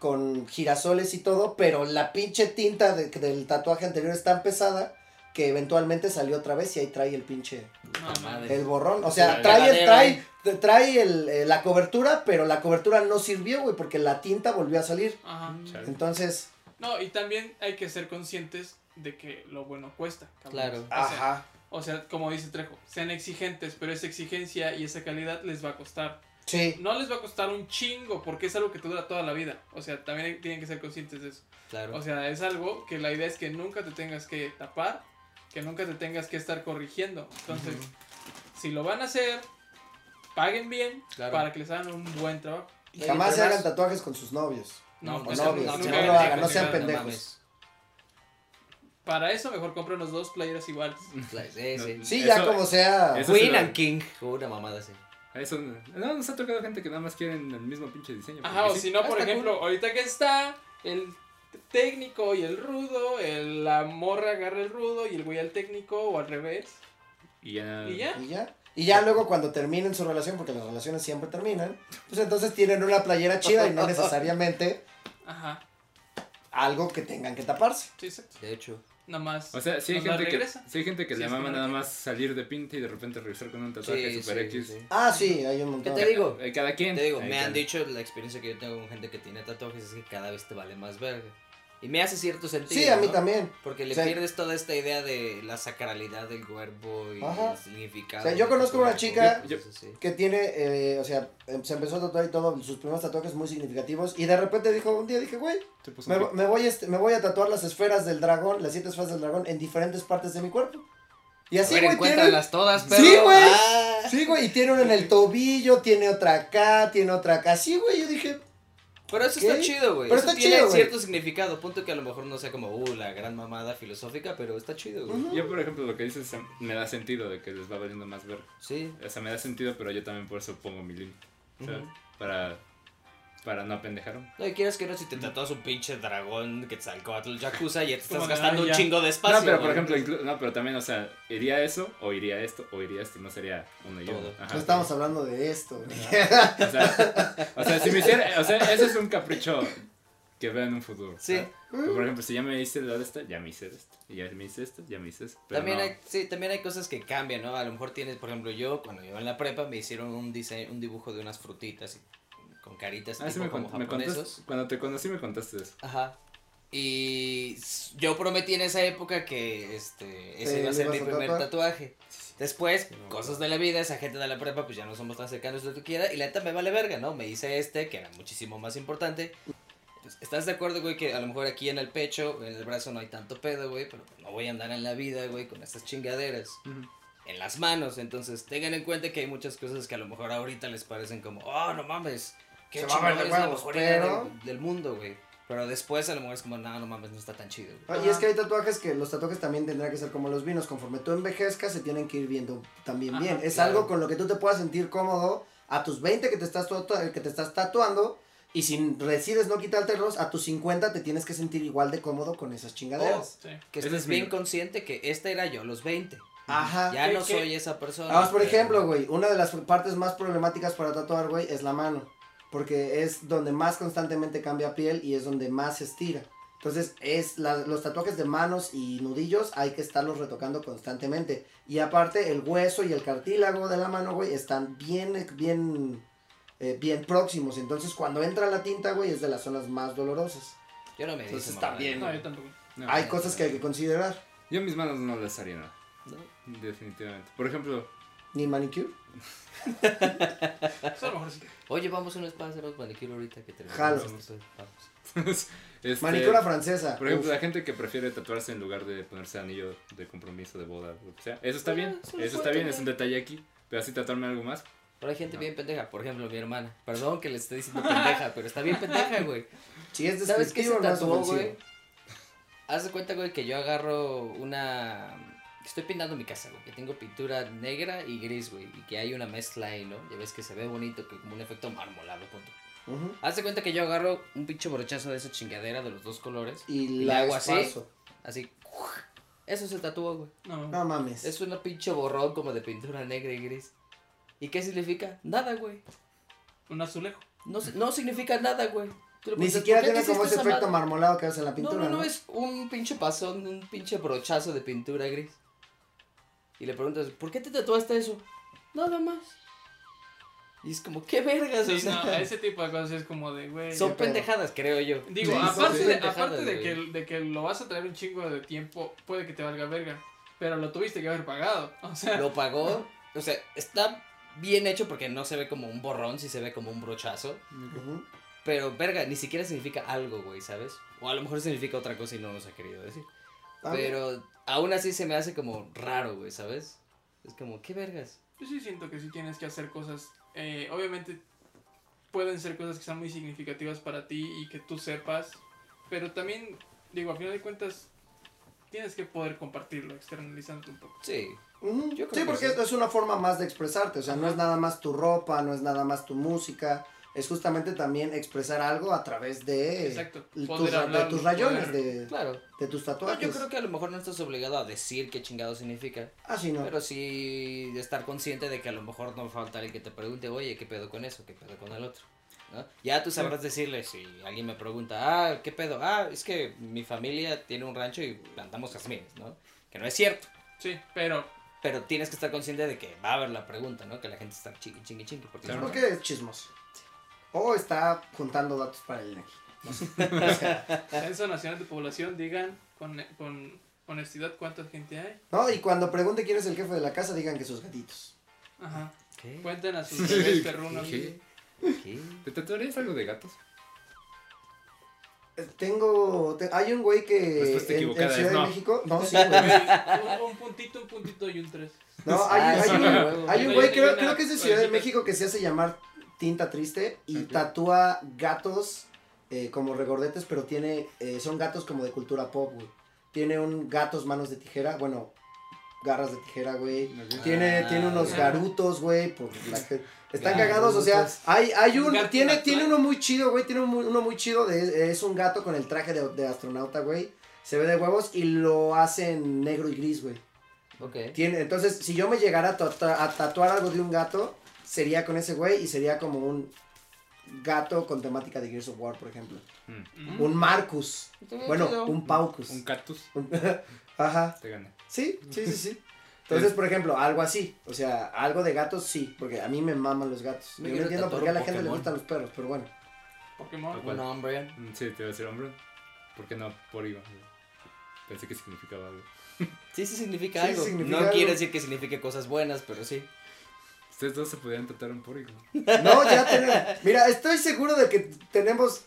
con girasoles y todo, pero la pinche tinta de- del tatuaje anterior es tan pesada que eventualmente salió otra vez y ahí trae el pinche
No,
La madre.
el borrón. O
La
sea, trae, el-
verdadera,
trae, te- trae el, eh, la cobertura, pero la cobertura no sirvió, güey, porque la tinta volvió a salir.
Ajá.
Chale.
Entonces,
No, y también hay que ser conscientes de que lo bueno cuesta. cabrones.
Claro.
O sea,
ajá.
O sea, como dice Trejo, sean exigentes, pero esa exigencia y esa calidad les va a costar.
Sí,
No les va a costar un chingo, porque es algo que te dura toda la vida. O sea, también tienen que ser conscientes de eso.
Claro.
O sea, es algo que la idea es que nunca te tengas que tapar, que nunca te tengas que estar corrigiendo. Entonces, si lo van a hacer, paguen bien
Claro.
para que les hagan un buen trabajo.
y
Oye,
jamás se
entre
hagan
más-
tatuajes con sus novios.
No,
pues,
nunca-
no,
nunca
no,
hagan
no lo hagan, no
pendejos,
sean
¿verdad?
pendejos.
Para eso, mejor compren los dos playeras iguales.
mames. Sí, sí.
Sí,
Eso-
ya como sea.
eso-
Queen
sí lo-
and King. O una mamada así.
Eso no, no, nos ha tocado gente que nada más quieren el mismo pinche diseño.
Ajá,
Pues
porque
o
sí.
si no,
Ah,
por
está
ejemplo, ahorita que está el t- técnico y el rudo, el, la morra agarra el rudo y el güey al técnico o al revés.
Y ya.
Y ya.
Y ya. Y ya luego cuando terminen su relación, porque las relaciones siempre terminan, pues entonces tienen una playera chida y no necesariamente
Ajá,
algo que tengan que taparse.
sí, exacto.
De hecho.
Nada más.
O sea, sí hay,
Cuando
gente que,
regresa.
sí hay gente que
Sí,
le
es que
mama
no
nada más salir de pinta y de repente regresar con un tatuaje
Sí,
super
sí,
X.
sí.
Ah, sí, hay un montón.
¿Qué te digo?
Eh, Cada quien.
Te digo,
Ahí
me han
cada-
dicho la experiencia que yo tengo con gente que tiene tatuajes es que cada vez te vale más verga. Y me hace cierto sentido.
Sí, a mí
¿no?
también.
Porque le
O sea,
pierdes toda esta idea de la sacralidad del cuerpo y
Ajá.
el significado.
O sea, yo
del
conozco una
cuerpo,
chica-
y cosas así.
Que tiene, eh, o sea, em- se empezó a tatuar y todo, sus primeros tatuajes muy significativos. Y de repente dijo, un día dije, güey,
Te puso
me,
un
vo- me voy, este, me voy a tatuar las esferas del dragón, las siete esferas del dragón, en diferentes partes de mi cuerpo. Y
A
así,
ver,
güey, tiene,
encuéntralas todas,
Sí,
pero. Ah,
güey. Sí, güey, y tiene una en el tobillo, tiene otra acá, tiene otra acá. Sí, güey, yo dije,
Pero eso
¿Qué?
está chido, güey.
Pero
Eso
está
tiene
chido, güey.
cierto significado. Punto que a lo mejor no sea como, uh, la gran mamada filosófica, pero está chido, güey.
Ujú.
Yo, por ejemplo, lo que dices eh, me da sentido de que les va valiendo más ver.
Sí.
O sea, me da sentido, pero yo también por eso pongo mi límite. ¿sabes?
Ujú.
Para, para no apendejaron.
No, y quieras que no, si te tatuas un pinche dragón que te salcó a tu yakuza, ya te
Como
estás
de,
gastando
ah,
un
ya.
chingo de espacio.
No, pero por
güey.
ejemplo, inclu- no, pero también, o sea, iría eso, o iría esto, o iría esto, no sería uno y uno.
Todo.
Ajá.
no pues estamos hablando de esto. güey.
O sea, o sea, si me hiciera, o sea, eso es un capricho que veo en un futuro.
Sí.
¿sabes? Pero, por ejemplo, si ya me hice la de esta, ya me hice de esta, y ya me hice esto, ya me hice esto. Pero
También
no.
hay, sí, también hay cosas que cambian, ¿no? A lo mejor tienes, por ejemplo, yo cuando yo en la prepa me hicieron un diseño, un dibujo de unas frutitas y- con caritas
Ah, sí
tipo
me,
como
cont- me
japonesos.
contaste, cuando te conocí me contaste eso.
Ajá. Y s- yo prometí en esa época que este ese
Sí,
iba a
le
ser
ibas
mi
a
primer
tatuar.
tatuaje. Después, cosas de la vida, esa gente de la prepa, pues ya no somos tan cercanos lo que quiera. Y la neta me vale verga, ¿no? Me hice este, que era muchísimo más importante. Entonces, ¿Estás de acuerdo, güey, que a lo mejor aquí en el pecho, en el brazo no hay tanto pedo, güey? Pero no voy a andar en la vida, güey, con estas chingaderas en las manos. Entonces, tengan en cuenta que hay muchas cosas que a lo mejor ahorita les parecen como, oh, no mames, qué
Se va a ver
chingón,
de
es la
huevos",
mejor idea
pero-
del, del mundo, güey. Pero después a lo mejor es como, no, no mames, no está tan chido, güey.
Ah, Y es que hay tatuajes que los tatuajes también tendrán que ser como los vinos. Conforme tú envejezcas, se tienen que ir viendo también
Ajá,
bien. Es
claro.
algo con lo que tú te puedas sentir cómodo a tus 20 que te estás, tatua- que te estás tatuando. Y si decides no quitártelos, a tus 50 te tienes que sentir igual de cómodo con esas chingaderas.
Sí.
Que
Ese
estés
es mi-
bien consciente que esta era yo a los 20.
Ajá.
ya
¿qué-
no
qué?
soy esa persona.
Vamos, Ah, pues, por
pero-
ejemplo, güey, una de las partes más problemáticas para tatuar, güey, es la mano. Porque es donde más constantemente cambia piel y es donde más se estira. Entonces, es la- los tatuajes de manos y nudillos hay que estarlos retocando constantemente. Y aparte, el hueso y el cartílago de la mano, güey, están bien, bien, eh, bien próximos. Entonces, cuando entra la tinta, güey, es de las zonas más dolorosas.
Yo no me
Entonces,
dice
está
mamada,
bien.
No, yo tampoco.
Ah,
No.
hay cosas que hay que considerar.
Yo mis manos no las haría nada,
¿no?
definitivamente. Por ejemplo,
Ni manicure.
Eso Pues a lo mejor sí.
Oye, vamos a un spa, hacemos manicure ahorita que terminamos.
Jalo.
esto, vamos.
Este,
Manicura francesa.
Por ejemplo,
Uf.
la gente que prefiere tatuarse en lugar de ponerse anillo de compromiso de boda, lo que sea. Eso está bien,
Ah, se lo
eso
puede
está bien,
tatuar.
es un detalle aquí. Pero así tatuarme algo más.
Pero hay gente
No.
bien pendeja, por ejemplo, mi hermana. Perdón que le esté diciendo pendeja, pero está bien pendeja, güey.
si es
¿Sabes qué se
descriptivo, no es
tatuó,
ofensivo.
güey? Haz de cuenta, güey, que yo agarro una... Estoy pintando mi casa, güey, que tengo pintura negra y gris, güey, y que hay una mezcla ahí, ¿no? Ya ves que se ve bonito, que como un efecto marmolado, punto.
Ujú.
Haz de cuenta que yo agarro un pinche brochazo de esa chingadera de los dos colores,
Y
le
la
hago así.
esparzo.
así... Eso se tatuó, güey.
No,
No mames.
Es una pinche borrón como de pintura negra y gris. ¿Y qué significa? Nada, güey.
un azulejo.
No, si- no significa nada, güey. Tú le
Ni
preguntas,
siquiera
"¿Por qué
tiene
te
como ese
hiciste esa
efecto
madre?"
marmolado que hace en la pintura,
no,
¿no?
no, no, es un pinche pasón, un pinche brochazo de pintura gris. Y le preguntas, ¿por qué te tatuaste eso? Nada más. Y es como, ¿qué vergas? o
Sí,
sea,
no, ese tipo de cosas es como de, güey.
son
Sí, pero-
pendejadas, creo yo.
Digo,
Sí,
aparte,
son
de,
pendejadas,
aparte de,
güey.
que, de que lo vas a traer un chingo de tiempo, puede que te valga verga. Pero lo tuviste que haber pagado. O sea,
Lo pagó. O sea, está bien hecho porque no se ve como un borrón, si se ve como un brochazo.
Ujú.
Pero, verga, ni siquiera significa algo, güey, ¿sabes? O a lo mejor significa otra cosa y no nos ha querido decir.
Ah,
Pero aún así se me hace como raro, güey, ¿sabes? Es como, ¿qué vergas?
yo sí siento que sí tienes que hacer cosas. eh, obviamente, pueden ser cosas que sean muy significativas para ti y que tú sepas. Pero también, digo, a final de cuentas, tienes que poder compartirlo, externalizando un poco.
Sí.
Ujú.
Yo creo
Sí,
que
porque
sí.
es una forma más de expresarte, o sea, no es nada más tu ropa, no es nada más tu música, es justamente también expresar algo a través de,
Exacto,
tus,
poder
ra- de
hablarlo,
tus rayones,
poder-
de,
Claro.
de tus
No,
tatuajes.
yo creo que a lo mejor no estás obligado a decir qué chingado significa,
Ah, sí, no.
pero sí de estar consciente de que a lo mejor no falta alguien que te pregunte, oye, ¿qué pedo con eso? ¿Qué pedo con el otro? ¿No? Ya tú sabrás decirle si alguien me pregunta, ah, ¿qué pedo? Ah, es que mi familia tiene un rancho y plantamos jazmines, ¿no? Que no es cierto,
Sí, pero
pero tienes que estar consciente de que va a haber la pregunta, ¿no? Que la gente está chingui, chingui, chingui. Porque
Es
Claro.
porque es chismoso. O está juntando datos para el INEGI.
Censo Nacional de Población, digan con, con honestidad cuánta gente hay.
No, y cuando pregunte quién es el jefe de la casa, digan que sus gatitos.
Ajá.
¿Qué?
Cuenten a sus bebés perrunos.
¿Qué?
¿Qué?
¿Te tatuarías algo de gatos?
Eh, Tengo, te- hay un güey que
Respuesta
en, en
equivocada
Ciudad
es
de
no.
México, no, sí, güey.
Güey, un, un puntito, un puntito y un tres.
No, hay,
Ah,
hay
sí,
un,
huevo.
hay un
Yo
güey,
tenía
creo,
una
creo que es de Ciudad de
colecita.
México que se hace llamar Tinta Triste y
Ok.
tatúa gatos eh, como regordetes, pero tiene eh, son gatos como de cultura pop, güey. Tiene un gatos manos de tijera, bueno, garras de tijera, güey.
Ok.
Tiene,
Ah,
tiene unos
ya.
garutos, güey, por la que- Están
Garutos.
cagados, o sea, hay, hay un,
Gato
tiene,
natural.
tiene uno muy chido, güey, tiene un muy- uno muy chido, de, es un gato con el traje de, de astronauta, güey, se ve de huevos y lo hace en negro y gris, güey.
Ok.
Tiene- entonces, si yo me llegara a, tatuar- a tatuar algo de un gato, sería con ese güey y sería como un gato con temática de Gears of War, por ejemplo.
Mm.
Mm.
Un Marcus.
Mm,
Bueno, un Paucus.
Un cactus
Ajá.
te gana.
Sí, sí, sí, sí. Entonces, por ejemplo, algo así. O sea, algo de gatos, sí. Porque a mí me maman los gatos. yo no
Me quiero
entiendo por
tatuar
qué a
un
la gente le
Pokémon.
gustan los perros, pero bueno.
Pokémon.
¿Cuál?
Un hombre.
Mm, Sí, te iba a decir hombro. ¿Por qué no porigo? Pensé que significaba algo.
Sí, sí significa
Sí,
algo.
significa
no
algo.
quiere decir que signifique cosas buenas, pero sí.
Ustedes dos se podían tatuar un porigo.
No, ya tenemos. Mira, estoy seguro de que tenemos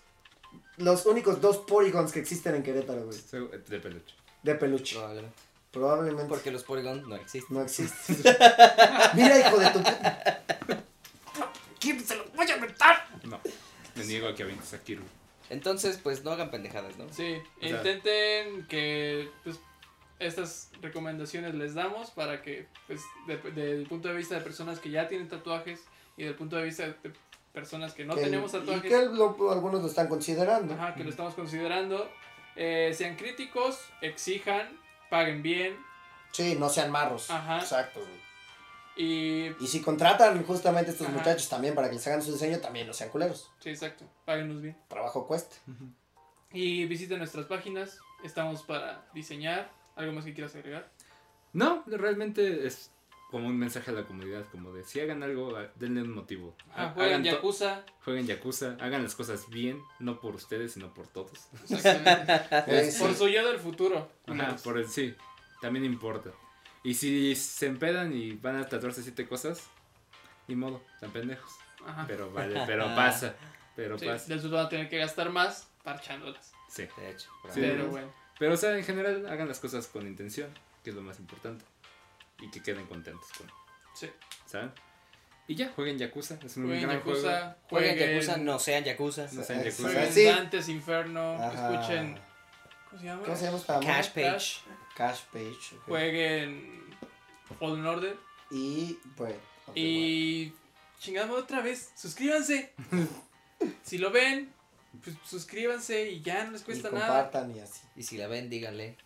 los únicos dos Porygons que existen en Querétaro, güey.
eh, De peluche.
De peluche.
Probablemente.
Probablemente.
Ah. Porque los Porygon no existen.
No existe. Mira, hijo de tu puta. ¿Quién se lo voy a inventar?
No. Me niego a que avientes a Kiru.
Entonces, pues no hagan pendejadas, ¿no?
Sí,
O sea-
intenten que pues, estas recomendaciones les damos para que, pues, desde el punto de vista de personas que ya tienen tatuajes y del punto de vista de personas que no
Que-
tenemos
Y
tatuajes,
que lo- algunos lo están considerando.
ajá, que lo estamos considerando, eh, sean críticos, exijan, paguen bien
Sí, no sean marros.
Ajá.
Exacto. güey.
y
Y si contratan justamente a estos
Ajá.
muchachos también para que les hagan su diseño, también no sean culeros.
Sí, exacto. Páguenos bien.
Trabajo cuesta.
Y visiten nuestras páginas. Estamos para diseñar. ¿Algo más que quieras agregar?
No, realmente es como un mensaje a la comunidad, como de si hagan algo, ah, denle un motivo.
Ah,
Ha-
juegan
hagan to-
Yakuza.
jueguen Yakuza, hagan las cosas bien, no por ustedes, sino por todos.
Exactamente.
Güey,
Por
sí.
su yo del futuro.
Ajá, por el sí, también importa. Y si se empedan y van a tatuarse siete cosas, Ni modo, tan pendejos.
Ajá.
Pero pues. vale, pero pasa. Pero
Sí,
pasa.
después van a tener que gastar más parchándolas.
Sí.
De hecho, por
Sí.
ahí.
Pero bueno.
Pero, o sea, en general, hagan las cosas con intención, que es lo más importante. Y que queden contentos con,
Sí.
¿saben? Y ya, jueguen Yakuza. Es un
Jueguen
gran juego.
Yakuza.
Jueguen
Jueguen
Yakuza, no sean Yakuza.
No sean Yakuza.
Jueguen
Sí.
Dantes Inferno.
Ajá.
pues, Escuchen. ¿Cómo se llama?
¿Cómo se llama esta mamá?
Cash Page.
Cash Page. ok.
Pues. Jueguen Fallen Order.
Y, pues. ok,
Y chingamos otra vez, suscríbanse. si lo ven, pues suscríbanse y ya no les
bueno.
cuesta
y
nada.
compartan y así.
Y si la ven, díganle.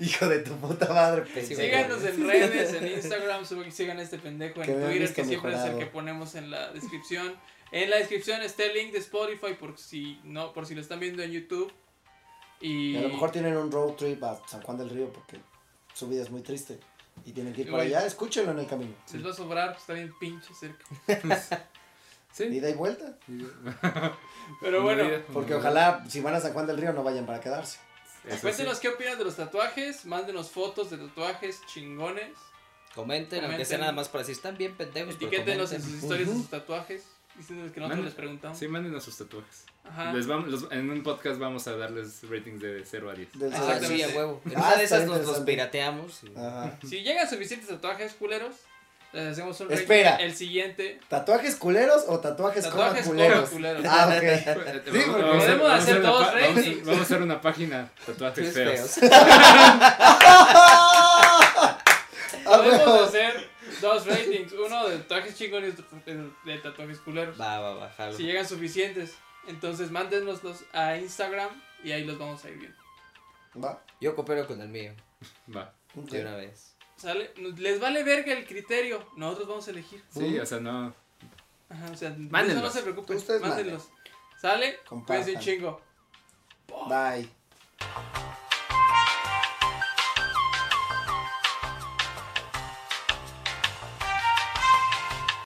Hijo de tu puta madre, pendejo.
Síganos en redes, en Instagram, sub- sigan a este pendejo en
Que me han
Twitter,
visto
que siempre es el
mejorado.
que ponemos en la descripción. En la descripción está el link de Spotify por si no, por si lo están viendo en YouTube. Y
Y a lo mejor tienen un road trip a San Juan del Río porque su vida es muy triste. Y tienen que ir para
Güey.
allá, escúchenlo en el camino.
les va a sobrar, pues, está bien pinche cerca.
Sí.
Ida y vuelta.
Pero bueno,
Porque ojalá, si van a San Juan del Río, no vayan para quedarse.
cuéntenos qué opinan de los tatuajes, mándenos fotos de tatuajes chingones,
Comenten, aunque sea
Comenten.
nada más para si están bien pendejos. Pues, pero
etiquétenos en
comenten.
sus historias de
Ujú.
sus tatuajes, diciéndoles que nosotros
Mándenos-
les preguntamos.
Sí, mándenos sus tatuajes.
Ajá.
Les vamos, los- en un podcast vamos a darles ratings de 0 a 10.
Del
Ah,
San-
sí,
Exactamente.
a huevo. En
Ah,
una
está
de esas nos los
interesante. Ah,
pirateamos. y-
Ajá.
Si llegan suficientes tatuajes culeros, les hacemos un rating.
Espera.
El siguiente.
¿Tatuajes culeros o tatuajes,
Tatuajes
como
como
culeros?
culeros.
Ah, ok.
Sí,
porque-
Podemos hacer todos ratings.
Vamos, a hacer una página tatuajes
Tres
feos.
feos.
Ah,
Podemos
bueno.
hacer dos ratings. Uno de tatuajes chingones y otro de, de tatuajes culeros.
Va, va, va, jalo.
Si llegan suficientes. Entonces mándenoslos a Instagram y ahí los vamos a ir viendo.
Va.
Yo coopero con el mío,
Va.
ok.
de una vez.
¿Sale? Nos- Les vale verga el criterio. Nosotros vamos a elegir.
Sí, uh. o sea, no.
Ajá, o sea, de eso
Mándenlos.
no se preocupen.
Ustedes
mándenlos. ¿Sale? Cuídense un
Compartan.
chingo.
Bye.